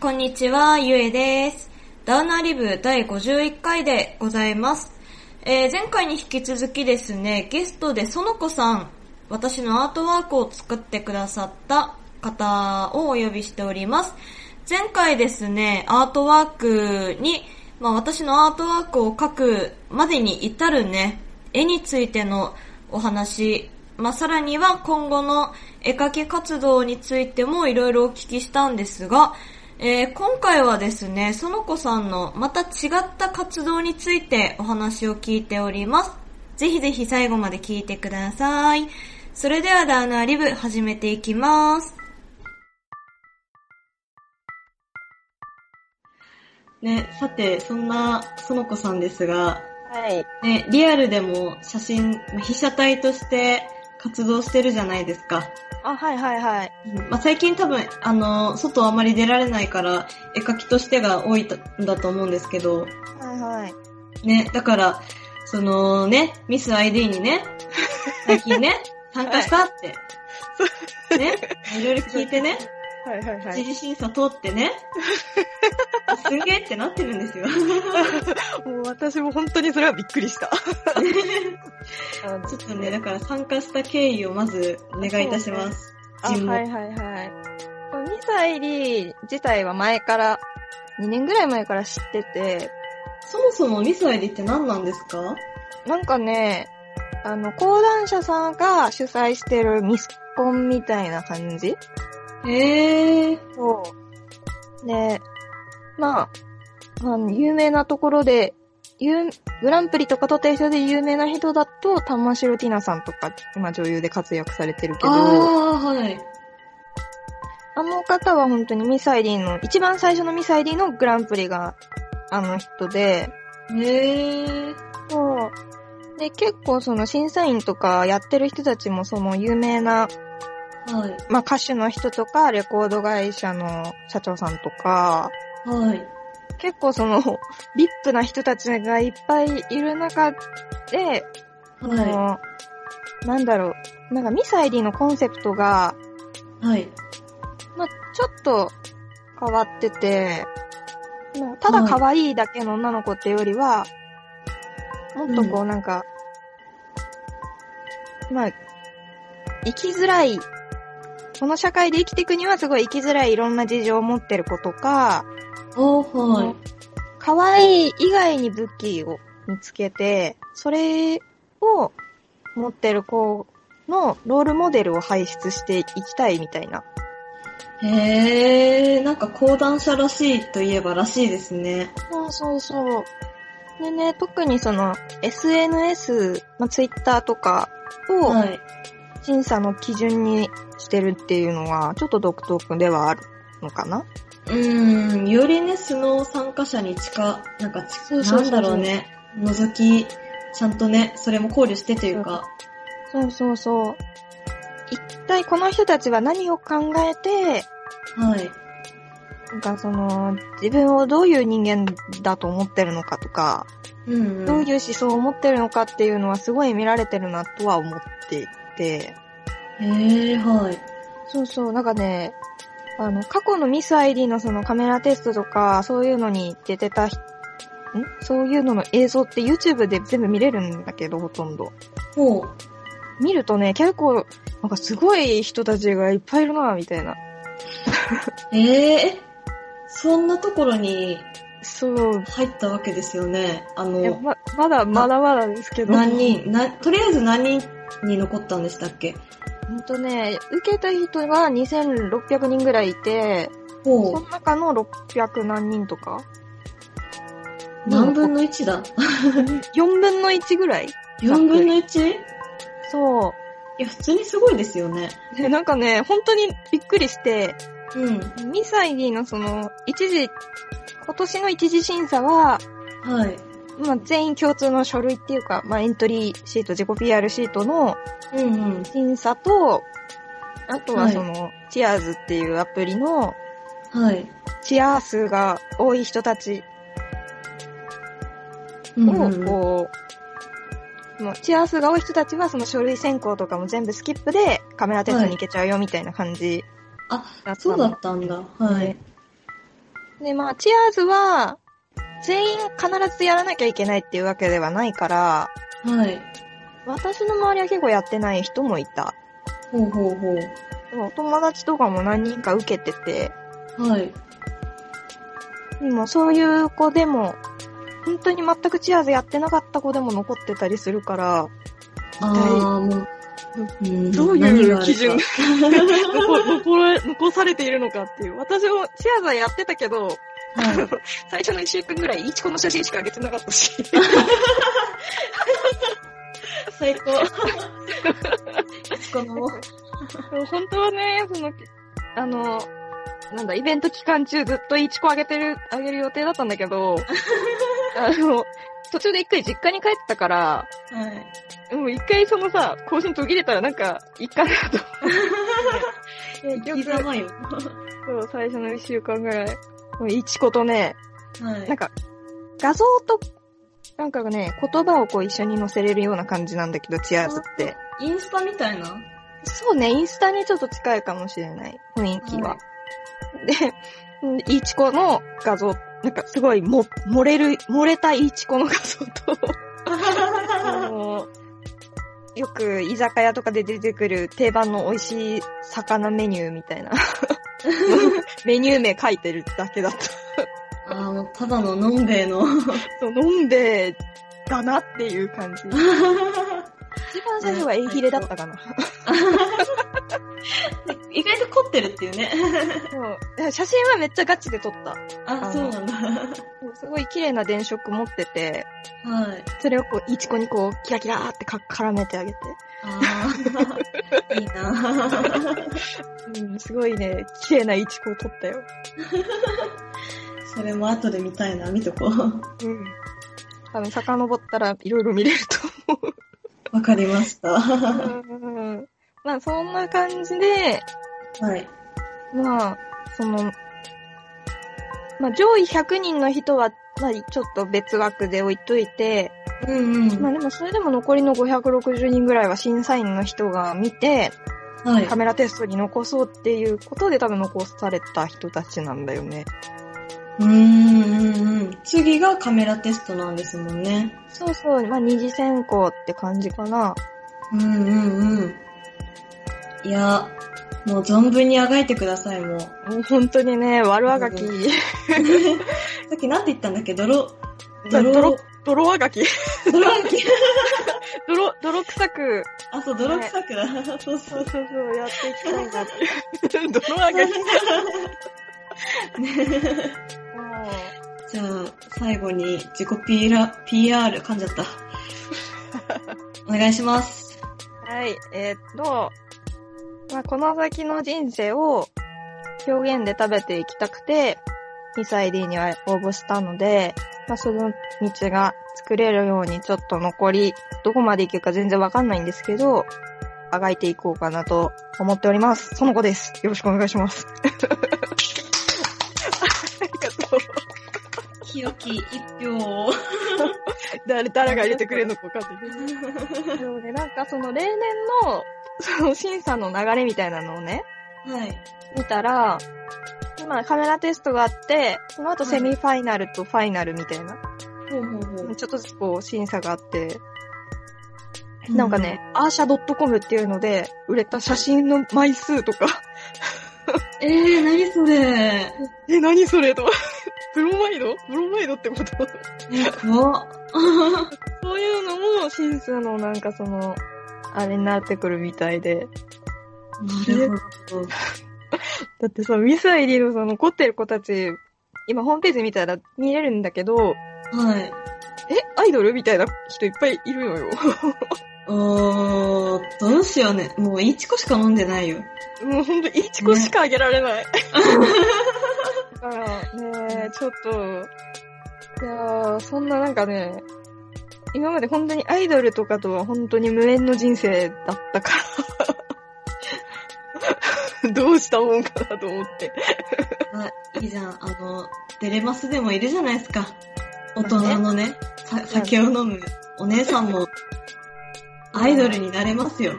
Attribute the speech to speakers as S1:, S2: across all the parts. S1: こんにちは、ゆえです。ダウナーリブ第51回でございます。えー前回に引き続きですね、ゲストでそのこさん、私のアートワークを作ってくださった方をお呼びしております。前回ですね、アートワークに、まあ私のアートワークを書くまでに至るね、絵についてのお話、まあさらには今後の絵描き活動についてもいろいろお聞きしたんですが、えー今回はですね、その子さんのまた違った活動についてお話を聞いております。ぜひぜひ最後まで聞いてください。それではダウナーリブ始めていきます。ね、さて、そんなその子さんですが、
S2: はい。
S1: ね、リアルでも写真、まあ被写体として活動してるじゃないですか。
S2: あ、はいはいはい。
S1: まあ、最近多分、あの、外あまり出られないから、絵描きとしてが多いたんだと思うんですけど、
S2: はいはい。
S1: ね、だから、そのね、ミス ID にね、最近ね、参加したって、ね、いろいろ聞いてね、
S2: はいはいは
S1: 一。次審査通ってね、すげえってなってるんですよ。
S2: もう私も本当にそれはびっくり した。
S1: ちょっとね、だから参加した経緯をまずお願いいたします。
S2: あ、はいはいはい。このミサイリー自体は前から、2年ぐらい前から知ってて、
S1: そもそもミス ID って何なんですか
S2: なんかね、あの、講談社さんが主催してるミスコンみたいな感じ
S1: へえー、
S2: そう。で、まあ、まあ、有名なところで、有グランプリとかと提唱で有名な人だと、玉城ティナさんとか、今女優で活躍されてるけど、あ
S1: あー、はい。
S2: の方は本当にミサイリーの、一番最初のミサイリーのグランプリが、あの人で、
S1: へえー、
S2: そう。で、結構その審査員とかやってる人たちもその有名な、
S1: はい。
S2: まあ歌手の人とか、レコード会社の社長さんとか、
S1: はい。
S2: 結構その、ビップな人たちがいっぱいいる中で、あ
S1: は
S2: の、なんだろう、なんかミサイリーのコンセプトが、
S1: い。はい。
S2: まあ、ちょっと変わってて、まあただ可愛いだけの女の子ってよりは、もっとこうなんか、まあ、生きづらい、この社会で生きていくにはすごい生きづらいいろんな事情を持ってる子とか、
S1: おー、はい。
S2: 可愛い以外に武器を見つけて、それを持ってる子のロールモデルを輩出していきたいみたいな。
S1: へえ、なんか講談社らしいといえばらしいですね。
S2: そうそうそう。でね、特にその SNS、まあ、Twitter とかを
S1: はい。
S2: 審査の基準にしてるっていうのは、ちょっと独特ではあるのかな
S1: うーん、よりね、素の参加者に近、なんかち、
S2: そうそうそう
S1: なんだろうね、覗き、ちゃんとね、それも考慮してというか。
S2: そうそうそう。一体この人たちは何を考えて、
S1: はい。
S2: なんかその、自分をどういう人間だと思ってるのかとか、
S1: うん、うん。
S2: どういう思想を持ってるのかっていうのはすごい見られてるなとは思っていて、
S1: へえ、はい。
S2: そうそう、なんかね、あの、過去のミス ID のそのカメラテストとか、そういうのに出てた人、んそういうのの映像って YouTube で全部見れるんだけど、ほとんど。
S1: ほう。
S2: 見るとね、結構、なんかすごい人たちがいっぱいいるな、みたいな。
S1: ええ、そんなところに
S2: そう。
S1: 入ったわけですよね。あ
S2: いや
S1: の、
S2: ままだ、まだまだですけど。
S1: 何人、な、とりあえず何人に残ったんでしたっけ
S2: ほんとね、受けた人が2600人ぐらいいて、
S1: ほ
S2: その
S1: う。
S2: 中の600何人とか
S1: 何分の1だ
S2: ?4 分の1ぐらい
S1: ?4 分の 1? い
S2: そ
S1: や、普通にすごいですよね。
S2: う。で、なんかね、本当にびっくりして、
S1: うん。
S2: ミサイリーのその、一時、今年の一時審査は、
S1: はい。
S2: まあ、全員共通の書類っていうか、まあ、エントリーシート、自己 PR シートの
S1: うんうん。
S2: 審査と、あとは
S1: はい
S2: その、チアーズっていうアプリの、
S1: はい。
S2: チアー数が多い人たち
S1: う
S2: を、
S1: ん
S2: こう、
S1: うんうん、
S2: そのチアー数が多い人たちは、その書類選考とかも全部スキップでカメラテストに行けちゃうよみたいな感じ
S1: あ、
S2: だった
S1: そ
S2: の
S1: うだったんだ。はい。
S2: で、まあ、チアーズは、全員必ずやらなきゃいけないっていうわけではないから、
S1: はい。
S2: 私の周りは結構やってない人もいた。
S1: ほうほうほ
S2: でも友達とかも何人か受けてて、
S1: う。はい。
S2: でもそういう子でも、本当に全くチアーズやってなかった子でも残ってたりするから、
S1: あー、もう。ん何があるか
S2: 残 残残されているのかっていう。私もチアーズはやってたけど、
S1: はい。
S2: 最初の1週間ぐらい、いちこの写真しか上げてなかった し。
S1: 最高。し かも、
S2: でも本当はね、その、あの、なんだ、イベント期間中ずっとイチコあげてる、あげる予定だったんだけ ど、あの、途中で一回実家に帰ってたから、
S1: はい。
S2: もう一回そのさ、更新途切れたらなんか、いいかなと。 結
S1: 生きざまよ。
S2: そう、最初の一週間ぐらい。もうイチコとね、
S1: は
S2: なん
S1: い。
S2: か、画像と、なんかね、言葉をこう一緒に載せれるような感じなんだけど、チアーズって。
S1: インスタみたいな
S2: そうね、インスタにちょっと近いかもしれない、雰囲気は。で、イチコの画像、なんかすごいも、漏れる、漏れたイチコの画像と、あの、よく居酒屋とかで出てくる定番の美味しい魚メニューみたいな、メニュー名書いてるだけだった。
S1: あー、もうただののんべえの。
S2: そう、飲んで、だなっていう感じ。一番最初はエイヒレだったかな。
S1: 意外と凝ってるっていうね。
S2: そう写真はめっちゃガチで撮った。
S1: あ、そうなんだ。
S2: すごい綺麗な電飾持ってて、
S1: はい。
S2: それをこう、イチコにこう、キラキラーってか絡めてあげて。
S1: あー、いいな
S2: うん、すごいね、綺麗なイチコを撮ったよ。
S1: それも後で見たいな、見とこう。
S2: うん。多分遡ったらいろいろ見れる
S1: わかりました。
S2: と
S1: は
S2: 思う。うん。まあそんな感じで、
S1: い。
S2: まあ、その、まあ上位100人の人は、まあちょっと別枠で置いといて、
S1: うん
S2: まあでもそれでも残りの560人ぐらいは審査員の人が見て、
S1: はい
S2: カ。メラテストに残そうっていうことで多分残された人たちなんだよね。
S1: うーんうんうん。次がカメラテストなんですもんね。
S2: そうそう、まあ二次選考って感じかな。
S1: うんうんうん。いや、もう存分にあがいてください、もう。さ
S2: もう本当にね、悪あがき。
S1: うんっきなんて言ったんだっけ泥、
S2: 泥
S1: 泥、
S2: 泥あがき
S1: 泥あがき。
S2: 泥、泥臭く、
S1: あ、そう、泥臭くだ。そうそ
S2: そう
S1: う。
S2: そうそう、やっていきたいな って。泥あがき。も
S1: じゃあ、最後に自己 PR、PR 噛んじ ゃった。お願いします。
S2: う、はい、えーっと、まあ、この先の人生を表現で食べていきたくて、ミサイ D には応募したので、まあ、その道が作れるようにちょっと残り、どこまでいけるか全然わかんないんですけど、あがいていこうかなと思っております。その子です。よろしくお願いします。ありがとう。
S1: 清き一票を。
S2: 誰、誰が入れてくれるのか分かんないけど。ね、なんかその例年の、その審査の流れみたいなのをね、
S1: はい。
S2: 見たら、今カメラテストがあって、その後セミファイナルとファイナルみたいな、
S1: ほうほうほ
S2: ちょっとずつこう審査があって、なんかね、アーシャ .com っていうので、売れた写真の枚数とか、
S1: えー、何それ。
S2: え、何それと、 ブロマイドブロマイドってこと
S1: え、 怖っ。
S2: そういうのも審査のなんかその、あれになってくるみたい
S1: な
S2: で。
S1: るほど。
S2: だってさ、ミサイリのその残ってる子たち、今ホームページ見たら見れるんだけど、
S1: はい。
S2: え、アイドルみたいな人いっぱいいるの よ。
S1: おー、どうしようね。もう1個しか飲んでないよ。
S2: もうほんと、いちこしかあげられない。だからね、ちょっと、いやー、そんななんかね、今まで本当にアイドルとかとは本当に無縁の人生だったから、 どうしたもんかなと思 って。
S1: あ、いいじゃん。あの、デレマスでもいるじゃないですか。大人のね、さ酒を飲むお姉さんも、アイドルになれますよ。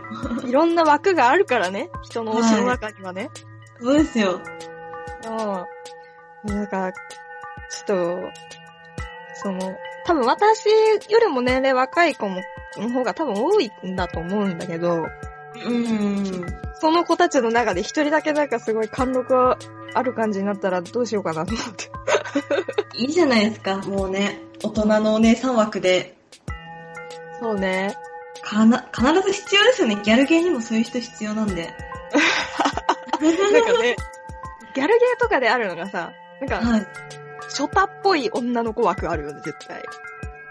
S2: いろんな枠があるからね、人の推しの中にはね。
S1: そうですよ。
S2: うん。なんか、ちょっと、その、多分私よりも年齢若い子も、の方が多分多いんだと思うんだけど、
S1: うん。
S2: その子たちの中で一人だけなんかすごい貫禄がある感じになったらどうしようかなと思って。
S1: いいじゃないですか、もうね。大人のお姉さん枠で。
S2: そうね。
S1: かな、必ず必要ですよね。ギャルゲーにもそういう人必要なんで。
S2: なんかね、ギャルゲーとかであるのがさ、なんか、
S1: はい。
S2: ショタっぽい女の子枠あるよね、絶対。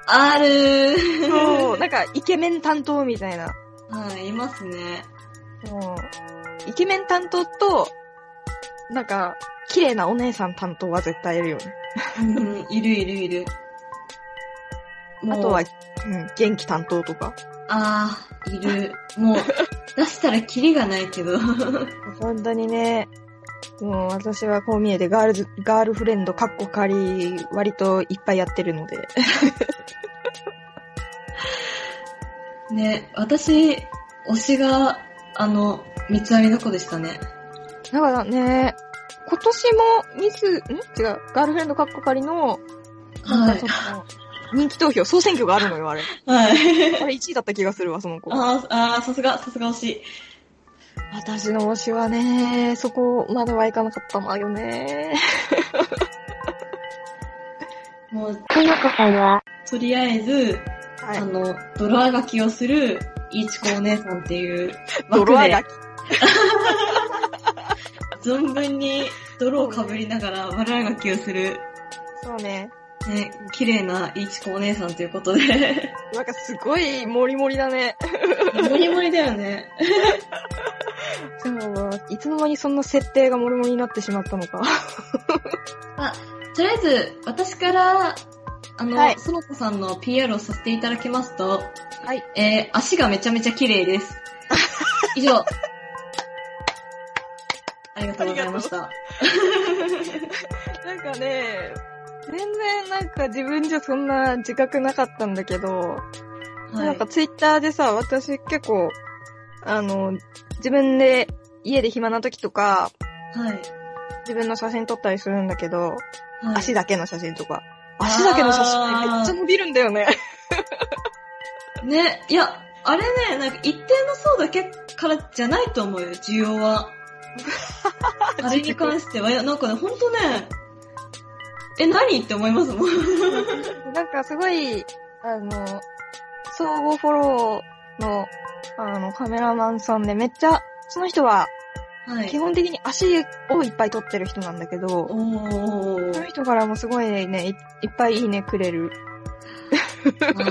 S1: あるー。
S2: そう、なんか、イケメン担当みたいな。
S1: はい、いますね。
S2: もう、イケメン担当と、なんか、綺麗なお姉さん担当は絶対いるよね。
S1: うん、いるいるいる。も
S2: あ
S1: う
S2: とは、う、ん、元気担当とか。
S1: あー、いる。もう、出したらキリがないけど。
S2: 本当にね、もう私はこう見えてガールズ、ガールフレンド、カッコ仮、割といっぱいやってるので。
S1: ね、私、推しが、あの、三つ編みの子でしたね。
S2: だからね、今年もミス、ん違う、ガールフレンドカッコ仮の、な
S1: は
S2: ん
S1: い
S2: か。その、人気投票、総選挙があるのよ、あれ。
S1: はい。
S2: あれ1位だった気がするわ、その子。
S1: あー、あーさすが、さすが推し。
S2: 私の推しはね、そこまではいかなかったのよね。
S1: もう、
S2: かのこさんは
S1: とりあえず、
S2: は
S1: あ
S2: い。
S1: の、泥あがきをする、いちこお姉さんって いう枠
S2: 泥あ
S1: で
S2: が、き。
S1: 存分に泥をかぶりながら悪あがきをする、
S2: そうね。
S1: ね、綺麗ないちこお姉さんということ で、
S2: なんかすごいモリモリだね。
S1: モリモリだよね。
S2: でも、いつの間にそんな設定がモリモリになってしまったのか。
S1: あ、とりあえず、私から、あの、
S2: はい
S1: その子さんの PR をさせていただきますと、
S2: はい。
S1: えー、足がめちゃめちゃ綺麗 です。以上。ありがとうございました。
S2: なんかね、全然なんか自分じゃそんな自覚なかったんだけど、
S1: は
S2: なん
S1: い
S2: か。ツイッターでさ、私結構、あの、自分で家で暇な時とか、
S1: はい。
S2: 自分の写真撮ったりするんだけど、
S1: はい
S2: 足だけの写真とか。足だけの写真めっちゃ伸びるんだよね。
S1: ね、いや、あれね、なんか一定の層だけからじゃないと思うよ、需要 は。あれに関しては、いや、なんかね、ほんとね、え、何って思いますも ん。
S2: なんかすごい、あの、相互フォローの、あの、カメラマンさんでめっちゃ、その人は
S1: は
S2: 基
S1: い。
S2: 本的に足をいっぱい撮ってる人なんだけど、
S1: お
S2: その
S1: ー。
S2: 人からもすごいね、いいっぱいいいねくれ る。
S1: あー、も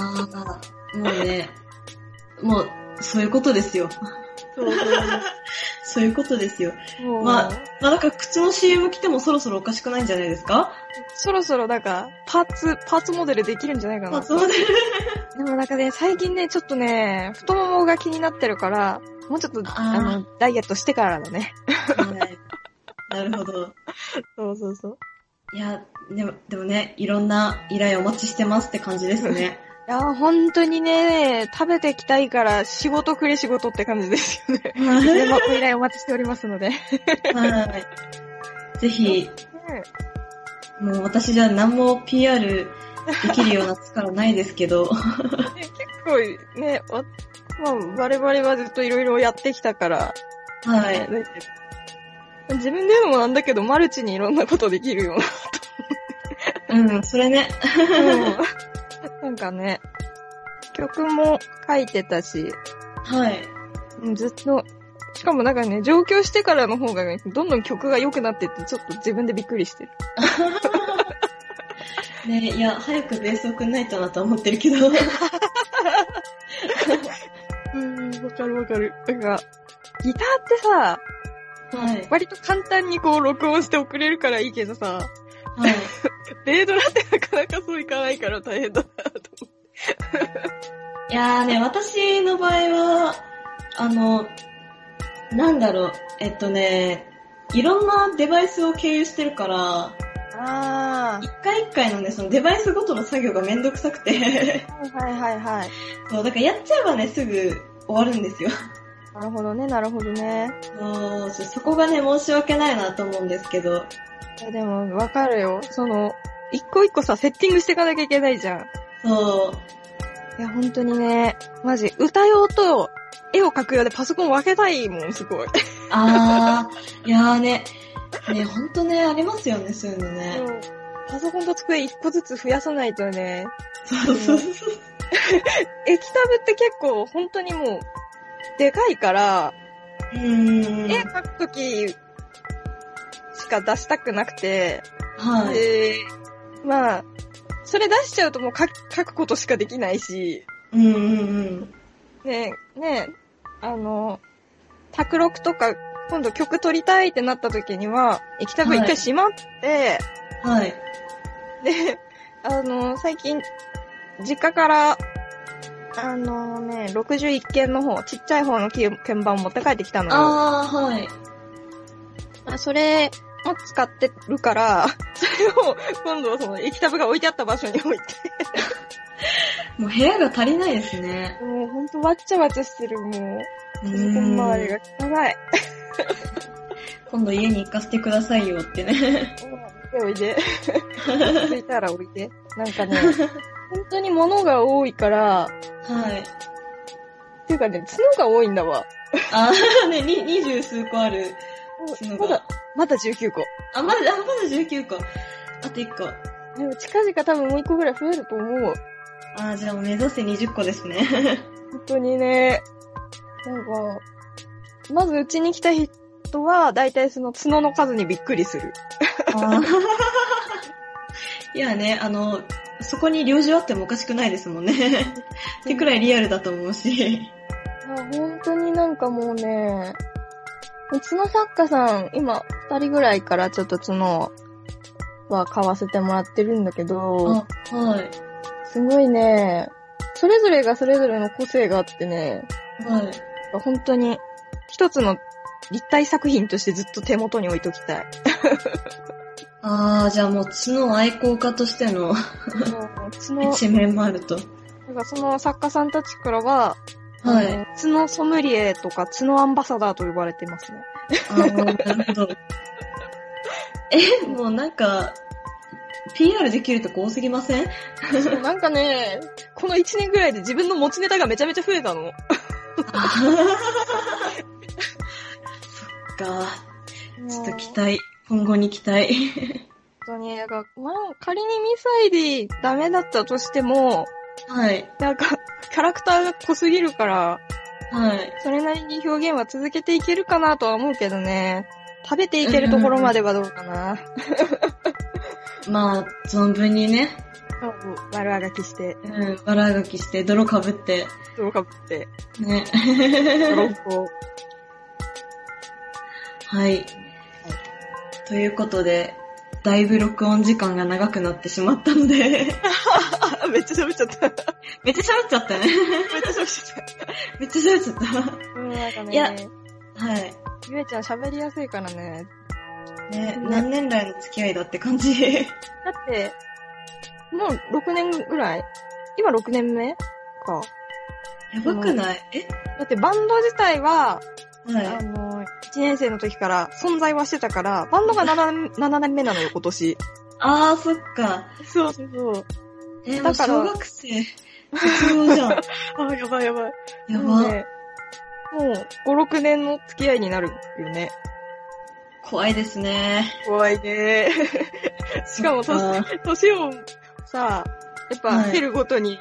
S1: うね、もう、そういうことですよ。
S2: そう
S1: そういうことですよ。
S2: そう。
S1: ま
S2: ま
S1: あ
S2: あ、、
S1: まあ、なんか靴の CM 来てもそろそろおかしくないんじゃないですか
S2: そろそろなんか、パーツ、パーツモデルできるんじゃないか
S1: まあ、
S2: な。
S1: そうで
S2: でもなんかね、最近ね、ちょっとね、太ももが気になってるから、もうちょっと、
S1: あー
S2: あの、ダイエットしてからだね。
S1: はい。 なるほど。
S2: そうそうそう。
S1: いや、でも、でもね、いろんな依頼お待ちしてますって感じです ね。。
S2: いやー、本当にね、食べてきたいから、仕事くれ仕事って感じですよね
S1: は
S2: でも、ご依頼お待ちしておりますの
S1: い。
S2: で。
S1: ぜひ、もう私じゃ何も PR できるような力ないですけど、
S2: 結構ね、わまあ、我々はずっといろいろやってきたから、
S1: はい。
S2: ね自分で言うのもなんだけど、マルチにいろんなことできるよ
S1: うん、それね。
S2: な。 なんかね、曲も書いてたし、
S1: はい。
S2: うんずっと、しかもなんかね、上京してからの方がね、どんどん曲が良くなってって、ちょっと自分でびっくりしてる。
S1: ね、いや、早くベースをくんないとなとは思ってるけど。
S2: うん、わかるわかる。なんか、ギターってさ、
S1: はい。
S2: 割と簡単にこう録音して送れるからいいけど
S1: は
S2: さ、
S1: い。
S2: デードラってなかなかそういかないから大変だなと思
S1: いやーね、私の場合は、あの、なんだろう、えっとね、いろんなデバイスを経由してるから、
S2: って。あ
S1: 一回一回のね、そのデバイスごとの作業がめんどくさくて、
S2: あ。はいはいはい。
S1: そう、だからやっちゃえばね、すぐ終わるんですよ。
S2: なるほどね、なるほどね。
S1: そうそこがね、申し訳ないなと思うんですけど、
S2: いやでも、わかるよ。その、一個一個さ、セッティングしていかなきゃいけないじゃん。
S1: そう。
S2: いや、本当にね、マジ、歌用と絵を描く用でパソコン分けたいもん、すごい。
S1: あ ー、いやーね、ね、ほんとね、ありますよね、そういうのね。
S2: パソコンと机一個ずつ増やさないとね、
S1: そうそうそう。
S2: 液タブって結構本当にもう、でかいから、
S1: うーん。
S2: 絵描くときしか出したくなくて、
S1: はい。
S2: で、まあ、それ出しちゃうともう描き描くことしかできないし、
S1: うんうんうん。
S2: ねえ、ねえ、あの、卓録とか、今度曲撮りたいってなった時には、液タブ一
S1: は
S2: 回
S1: い
S2: 閉まって、
S1: はい。
S2: で、あの、最近、実家から、あのね、61件の方、ちっちゃい方の鍵鍵盤を持って帰ってきたのよ。
S1: あー、はい。
S2: あそれも使ってるから、 それを今度はその液タブが置いてあった場所に置いて。
S1: もう部屋が足りないですね。
S2: もうほんとわっちゃわちゃしてる、もう。
S1: う
S2: パソコン周り
S1: ん。
S2: が汚い。
S1: 今度家に行かせてくださいよって ね。
S2: うんおいで。着いたらおいで。なんかね、本当に物が多いか
S1: は
S2: ら、
S1: い。
S2: っていうかね、角が多いんだわ。
S1: あー、ね、に二十数個ある角
S2: ま
S1: が
S2: だ。、まだ19個。
S1: あ、まだ、あまだ19個。あと1個。
S2: でも近々多分もう1個ぐらい増えると思う。
S1: あー、じゃあもう目指せ20個ですね。
S2: 本当にね。なんか、まずうちに来た人は、だいたいその角の数にびっくりする。
S1: あー いやね、あの、そこに領事あってもおかしくないですもん ね。ってくらいリアルだと思うし。
S2: あ本当になんかもうね、うちの作家さん、今、二人ぐらいからちょっと角は買わせてもらってるんだけど、、
S1: はい。
S2: すごいね、それぞれがそれぞれの個性があってね、
S1: はい。
S2: 本当に、一つの立体作品としてずっと手元に置いときたい。
S1: あー、じゃあもう角愛好家としての
S2: 角、
S1: 一面もあると。
S2: なんかその作家さんたちからは、
S1: は
S2: あ
S1: い
S2: の。角ソムリエとか角アンバサダーと呼ばれてますね。
S1: あー、なるほど。 え、もうなんか、PR できるとこ多すぎません
S2: そう なんかね、この1年ぐらいで自分の持ちネタがめちゃめちゃ増えたの。
S1: が、ちょっと期
S2: 本
S1: 待。今後に期待。
S2: 当に、だから、まあ、仮にミサイでダメだったとしても、
S1: はい。
S2: なんか、 キャラクターが濃すぎるから、
S1: はい。
S2: それなりに表現は続けていけるかなとは思うけどね、食べていけるところまではどうかな。
S1: まあ、存分にね、
S2: そう丸あがき して、
S1: うん、わらがきして、泥かぶって、
S2: どう かぶって、
S1: ね。
S2: ロッコ。
S1: はい。ということで、だいぶ録音時間が長くなってしまったので、
S2: あ、 めっちゃ喋っちゃった。
S1: めっちゃ喋っちゃったね。
S2: めっちゃ喋っちゃっ。
S1: めっちゃ喋っちゃった
S2: うん、なんかね、
S1: いやた。 はい。
S2: ゆえちゃん喋りやすいからね。
S1: ね、何年来の付き合いだって感じ。
S2: だって、もう6年ぐらい今6年目か。
S1: やばくないえ
S2: だってバンド自体は、
S1: は
S2: あの、1年生の時から存在はしてたから、バンドが 7, 7年目なのよ、今年。
S1: い。あー、そっか。
S2: そうそうそう。
S1: えー、もう
S2: だから
S1: 小学 生、卒業じゃん。
S2: あ、やばいやばい。
S1: や
S2: もう
S1: ば。
S2: ねもう、5、6年の付き合いになるよね。
S1: 怖いですね。
S2: 怖い ねしかも
S1: そっ
S2: 年、年をさ、やっ
S1: は
S2: ぱ
S1: い
S2: 経るごとに、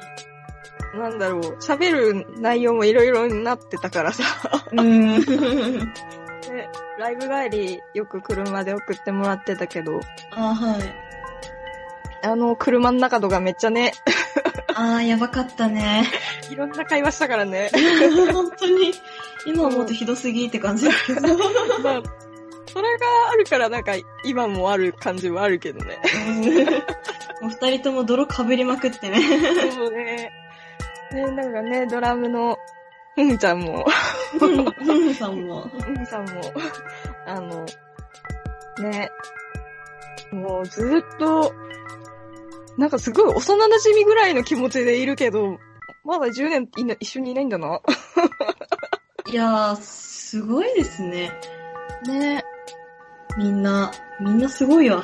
S2: なんだろう、喋る内容もいろいろになってた からさ。
S1: うん。
S2: で、ライブ帰り、よく車で送ってもらってたけど、
S1: あー、はい。
S2: あの、車の中とかめっちゃね、
S1: あー、やばかったね。
S2: いろんな会話したからね。
S1: 本当に、今思うとひどすぎって感じだけど。
S2: まあ、それがあるからなんか、今もある感じはあるけどね。
S1: お二人とも泥かぶりまくってね。
S2: そうね。ね、なんかね、ドラムの、うんちゃんも、
S1: うん、さんも。
S2: うんさんも、 あの、ね、もうずっと、なんかすごい幼馴染みぐらいの気持ちでいるけど、まだ10年いな一緒にいないんだな。
S1: いやー、すごいですね。
S2: ね
S1: みんな、みんなすごいわ。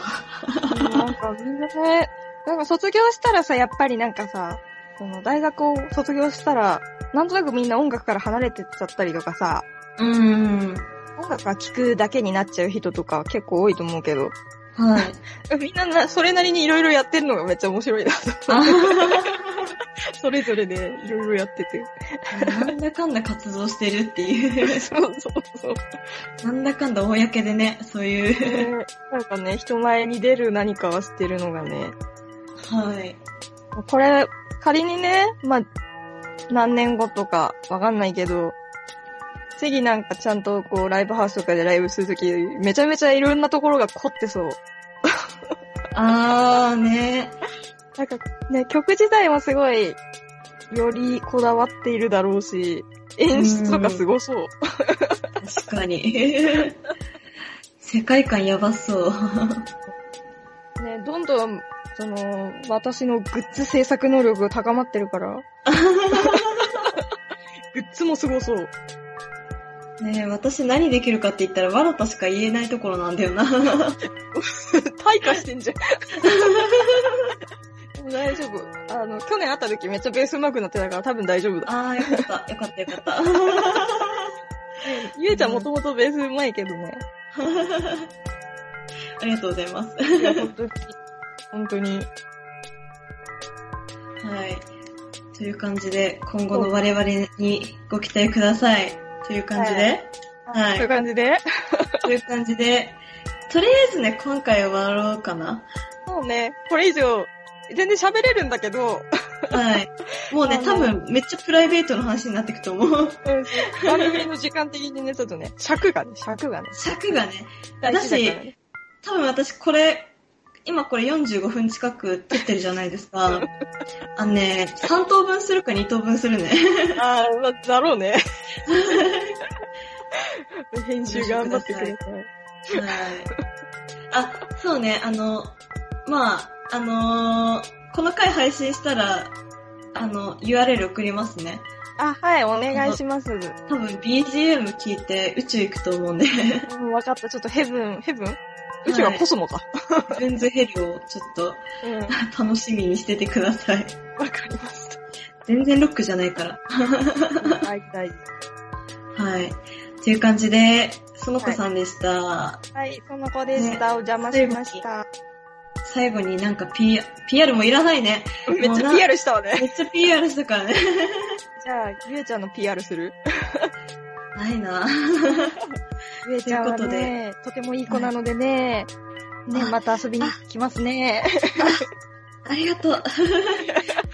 S2: なんかみんなね、なんか卒業したらさ、やっぱりなんかさ、その大学を卒業したら、なんとなくみんな音楽から離れてっちゃったりとかさ、
S1: うん。
S2: 音楽が聴くだけになっちゃう人とか結構多いと思うけど、
S1: はい。
S2: みんななそれなりにいろいろやってるのがめっちゃ面白いなと思って。 それぞれでいろいろやってて。
S1: なんだかんだ活動してるっていう。
S2: そうそうそう。
S1: なんだかんだ公でね、そういう。
S2: ねなんかね、人前に出る何かはしてるのがね、
S1: はい。
S2: これ、仮にね、まあ、何年後とかわかんないけど、次なんかちゃんとこうライブハウスとかでライブするとき、めちゃめちゃいろんなところが凝ってそう。
S1: あーね。
S2: なんかね、曲自体もすごい、よりこだわっているだろうし、演出とかすごそう。
S1: 確かに。世界観やばそう。
S2: ね、どんどん、その、私のグッズ制作能力が高まってるから。 グッズもすごそう。
S1: ねえ私何できるかって言ったら、わらたしか言えないところなんだよな。
S2: 退化してんじゃん。 大丈夫。あの、去年会った時めっちゃベース上手くなってたから多分大丈夫だ。
S1: あー、よかった、よかった、よかった。
S2: ゆうちゃんもともとベース上手いけどね。
S1: ありがとうございます。
S2: 本当に。本当に。
S1: はい。という感じで、今後の我々にご期待ください。という感じで。はい
S2: そういう感じで。
S1: という感じで、とりあえずね、今回は終わろうかな。
S2: そうね、これ以上、全然喋れるんだけど、
S1: はい。もうね
S2: あ、の
S1: 多分、めっちゃプライベートの話になってくと思う。
S2: 番組の時間的にね、ちょっとね、尺がね、尺がね。
S1: 尺がね、
S2: 大事からね
S1: 多分私これ、今これ45分近く撮ってるじゃないですか。あのね、3等分するか2等分するね。
S2: ああ、まあ、だろう ね。編集頑張ってくれた。
S1: はい。あ、そうね、あの、まあ、あのーこの回配信したら、あの、URL 送りますね。
S2: あ、はい、お願いします。う
S1: 多分 BGM 聞いて宇宙行くと思うんで、
S2: ん、わかった、ちょっとヘブン、ヘブン宇宙はコスモか。
S1: ベンズヘリをちょっと
S2: うん、わ
S1: 楽しみにしててください。
S2: かりまし
S1: 全然ロックじゃないから。
S2: た。はい、大事。
S1: はい。という感じで、その子さんでした。
S2: はい、その子でした。お邪魔しました。
S1: 最後になんか P、PR もいらないね。
S2: めっちゃ PR したわね。
S1: めっちゃ PR したからね。
S2: じゃあ、ゆうちゃんの PR する
S1: ないな
S2: ゆうちゃんは
S1: と
S2: ね、とてもいい子なのでね、ね、
S1: あ
S2: また遊びに来ますね。
S1: ありがとう。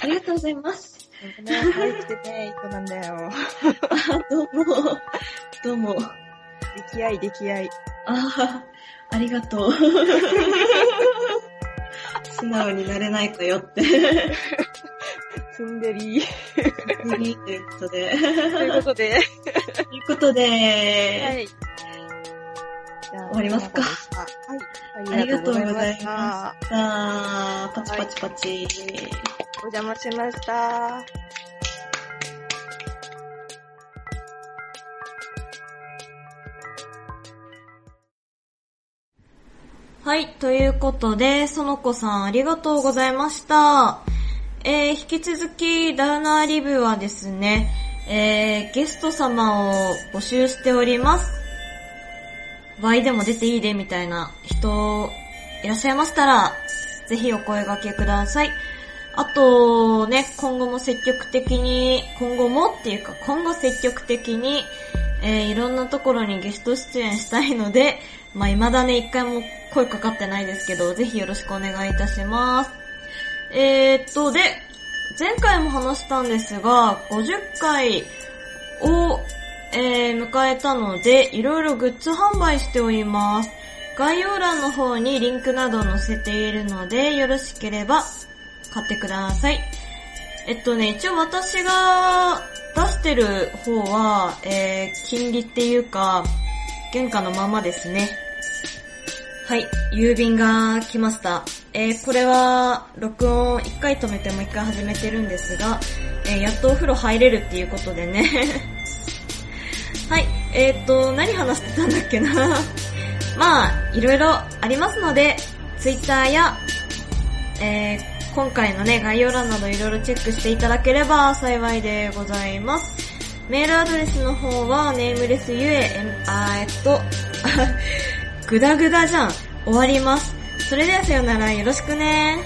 S1: ありがとうございます。
S2: ね、可愛くてね、いい子なんだよ。
S1: あどうも。どうも。
S2: 出来合い、出来合い。
S1: ああ、ありがとう。 素直になれないかよって。
S2: ツンデリー。
S1: いいということで。
S2: ということで。
S1: ということで、
S2: はい。じゃあ
S1: 終わりますか。
S2: はい。
S1: ありがとうございまし
S2: あ
S1: た。パチパチパチ。
S2: りがとうございました。お邪魔しました。
S1: はい、ということで、そのこさんありがとうございました。えー、引き続き、ダウナーリブはですね、えー、ゲスト様を募集しております。Y でも出ていいでみたいな人いらっしゃいましたら、ぜひお声掛けください。あとね、今後も積極的に、今後もっていうか今後積極的に、えーいろんなところにゲスト出演したいので、まあ、未だね、一回も声かかってないですけど、ぜひよろしくお願いいたします。えー、っと、で、前回も話したんですが、50回を、えー迎えたので、いろいろグッズ販売しております。概要欄の方にリンクなど載せているので、よろしければ買ってください。えっとね、一応私が出してる方は、えー、金利っていうか、原価のままですね。はい、郵便が来ました。えー、これは、録音を一回止めてもう一回始めてるんですが、えー、やっとお風呂入れるっていうことで ね。はい、えー、っと、何話してたんだっけな。ま まあ、いろいろありますので、Twitter や、えー今回のね、概要欄などいろいろチェックしていただければ幸いでございます。メールアドレスの方は、ネームレスゆえ、えあーえっと、ぐだぐだじゃん。終わります。それではさよなら、よろしくね